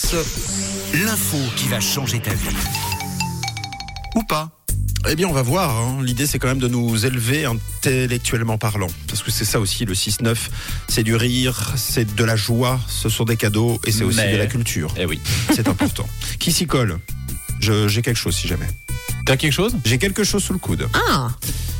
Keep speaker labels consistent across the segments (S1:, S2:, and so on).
S1: Première. L'info qui va changer ta vie. Ou pas.
S2: Eh bien, on va voir. hein. L'idée, c'est quand même de nous élever intellectuellement parlant. Parce que c'est ça aussi, le 6-9. C'est du rire, c'est de la joie, ce sont des cadeaux et c'est aussi
S3: Mais-
S2: de la culture.
S3: Eh oui.
S2: C'est important. Qui s'y colle Je- J'ai quelque chose, si jamais.
S3: T'as quelque chose
S2: J'ai quelque chose sous le coude.
S4: Ah,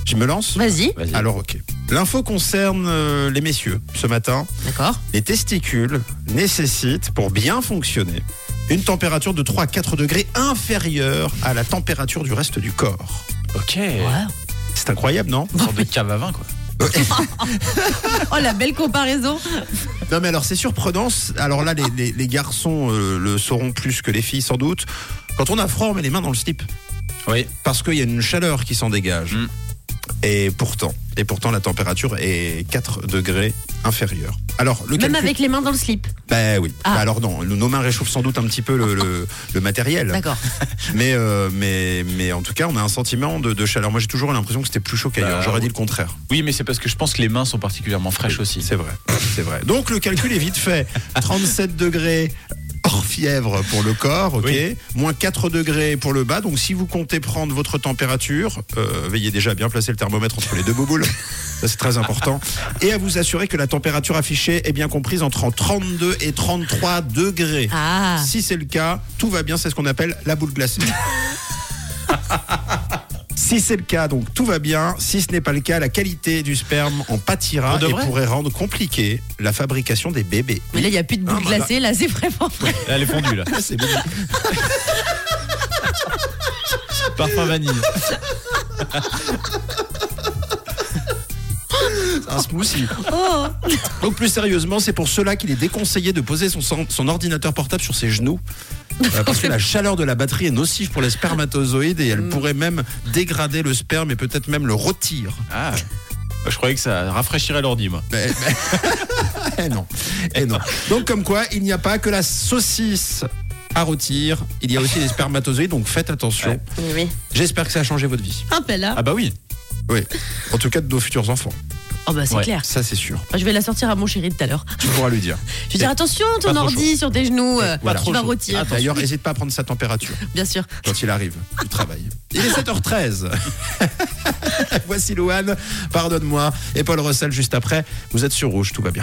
S2: Je me lance
S4: vas-y.
S3: Vas-y.
S2: Alors, ok. L'info concerne euh, les messieurs. Ce matin,
S4: D'accord.
S2: les testicules nécessitent, pour bien fonctionner, une température de 3 à 4 degrés inférieure à la température du reste du corps.
S3: Ok.
S2: C'est incroyable, non
S3: Une sorte de cave à vin, quoi.
S4: Oh, la belle comparaison.
S2: Non mais alors c'est surprenant, C'est- alors là les, les- les garçons euh, le sauront plus que les filles sans doute. Quand on a froid on met les mains dans le slip
S3: Oui.
S2: parce qu'il y a une chaleur qui s'en dégage.
S3: Mm.
S2: Et pourtant, et pourtant la température est 4 degrés inférieure. Alors le
S4: Même
S2: calcul-
S4: avec les mains dans le slip.
S2: Ben oui.
S4: Ah.
S2: Ben alors non, nos mains réchauffent sans doute un petit peu le, le- le matériel.
S4: D'accord.
S2: Mais, euh, mais, mais en tout cas on a un sentiment de, de chaleur. Moi j'ai toujours l'impression que c'était plus chaud qu'ailleurs.
S3: Bah,
S2: J'aurais
S3: oui.
S2: dit le contraire.
S3: Oui, mais c'est parce que je pense que les mains sont particulièrement fraîches aussi.
S2: C'est vrai, c'est vrai. Donc le calcul est vite fait. 37 degrés hors fièvre pour le corps, ok
S3: Oui.
S2: Moins 4 degrés pour le bas. Donc si vous comptez prendre votre température, euh, veillez déjà à bien placer le thermomètre entre les deux bouboules. Ça, c'est très important. Et à vous assurer que la température affichée est bien comprise entre 32 et 33 degrés.
S4: Ah.
S2: Si c'est le cas, tout va bien, c'est ce qu'on appelle la boule glacée. Si c'est le cas, donc tout va bien. Si ce n'est pas le cas, la qualité du sperme en pâtira
S3: Pour de
S2: et
S3: vrai
S2: pourrait rendre compliquée la fabrication des bébés.
S4: Mais là, il n'y a plus de boule
S2: Ah, bah,
S4: glacée. Là, c'est vraiment vrai.
S3: Elle est fondue, là. Parfum vanille.
S2: un smoothie.
S4: Oh.
S2: Donc plus sérieusement, c'est pour cela qu'il est déconseillé de poser son, son ordinateur portable sur ses genoux. Euh, Parce que la chaleur de la batterie est nocive pour les spermatozoïdes et
S4: Mm.
S2: elle pourrait même dégrader le sperme et peut-être même le rôtir.
S3: Ah. Je croyais que ça rafraîchirait l'ordi, moi.
S2: Ben, ben- Eh non. Eh non. Donc comme quoi, il n'y a pas que la saucisse à rôtir, il y a aussi les spermatozoïdes, donc faites attention.
S3: Ouais.
S4: Oui.
S2: J'espère que ça a changé votre vie.
S4: Ah, ben là.
S3: Ah bah oui.
S2: Oui. En tout cas de nos futurs enfants.
S4: Oh, bah, c'est
S3: Ouais.
S4: clair.
S2: Ça c'est sûr.
S4: Je vais la sortir à mon chéri tout à l'heure.
S2: Tu pourras lui dire.
S4: Je vais dire attention, ton
S3: trop
S4: ordi sur tes genoux. euh,
S2: voilà.
S4: Tu
S2: Trop
S4: vas
S2: chaud.
S4: rôtir.
S2: Ah, D'ailleurs, n'hésite pas à prendre sa température
S4: Bien sûr.
S2: quand il arrive du travail. Il est 7h13. Voici Louane, pardonne-moi, et Paul Russell juste après. Vous êtes sur rouge, tout va bien.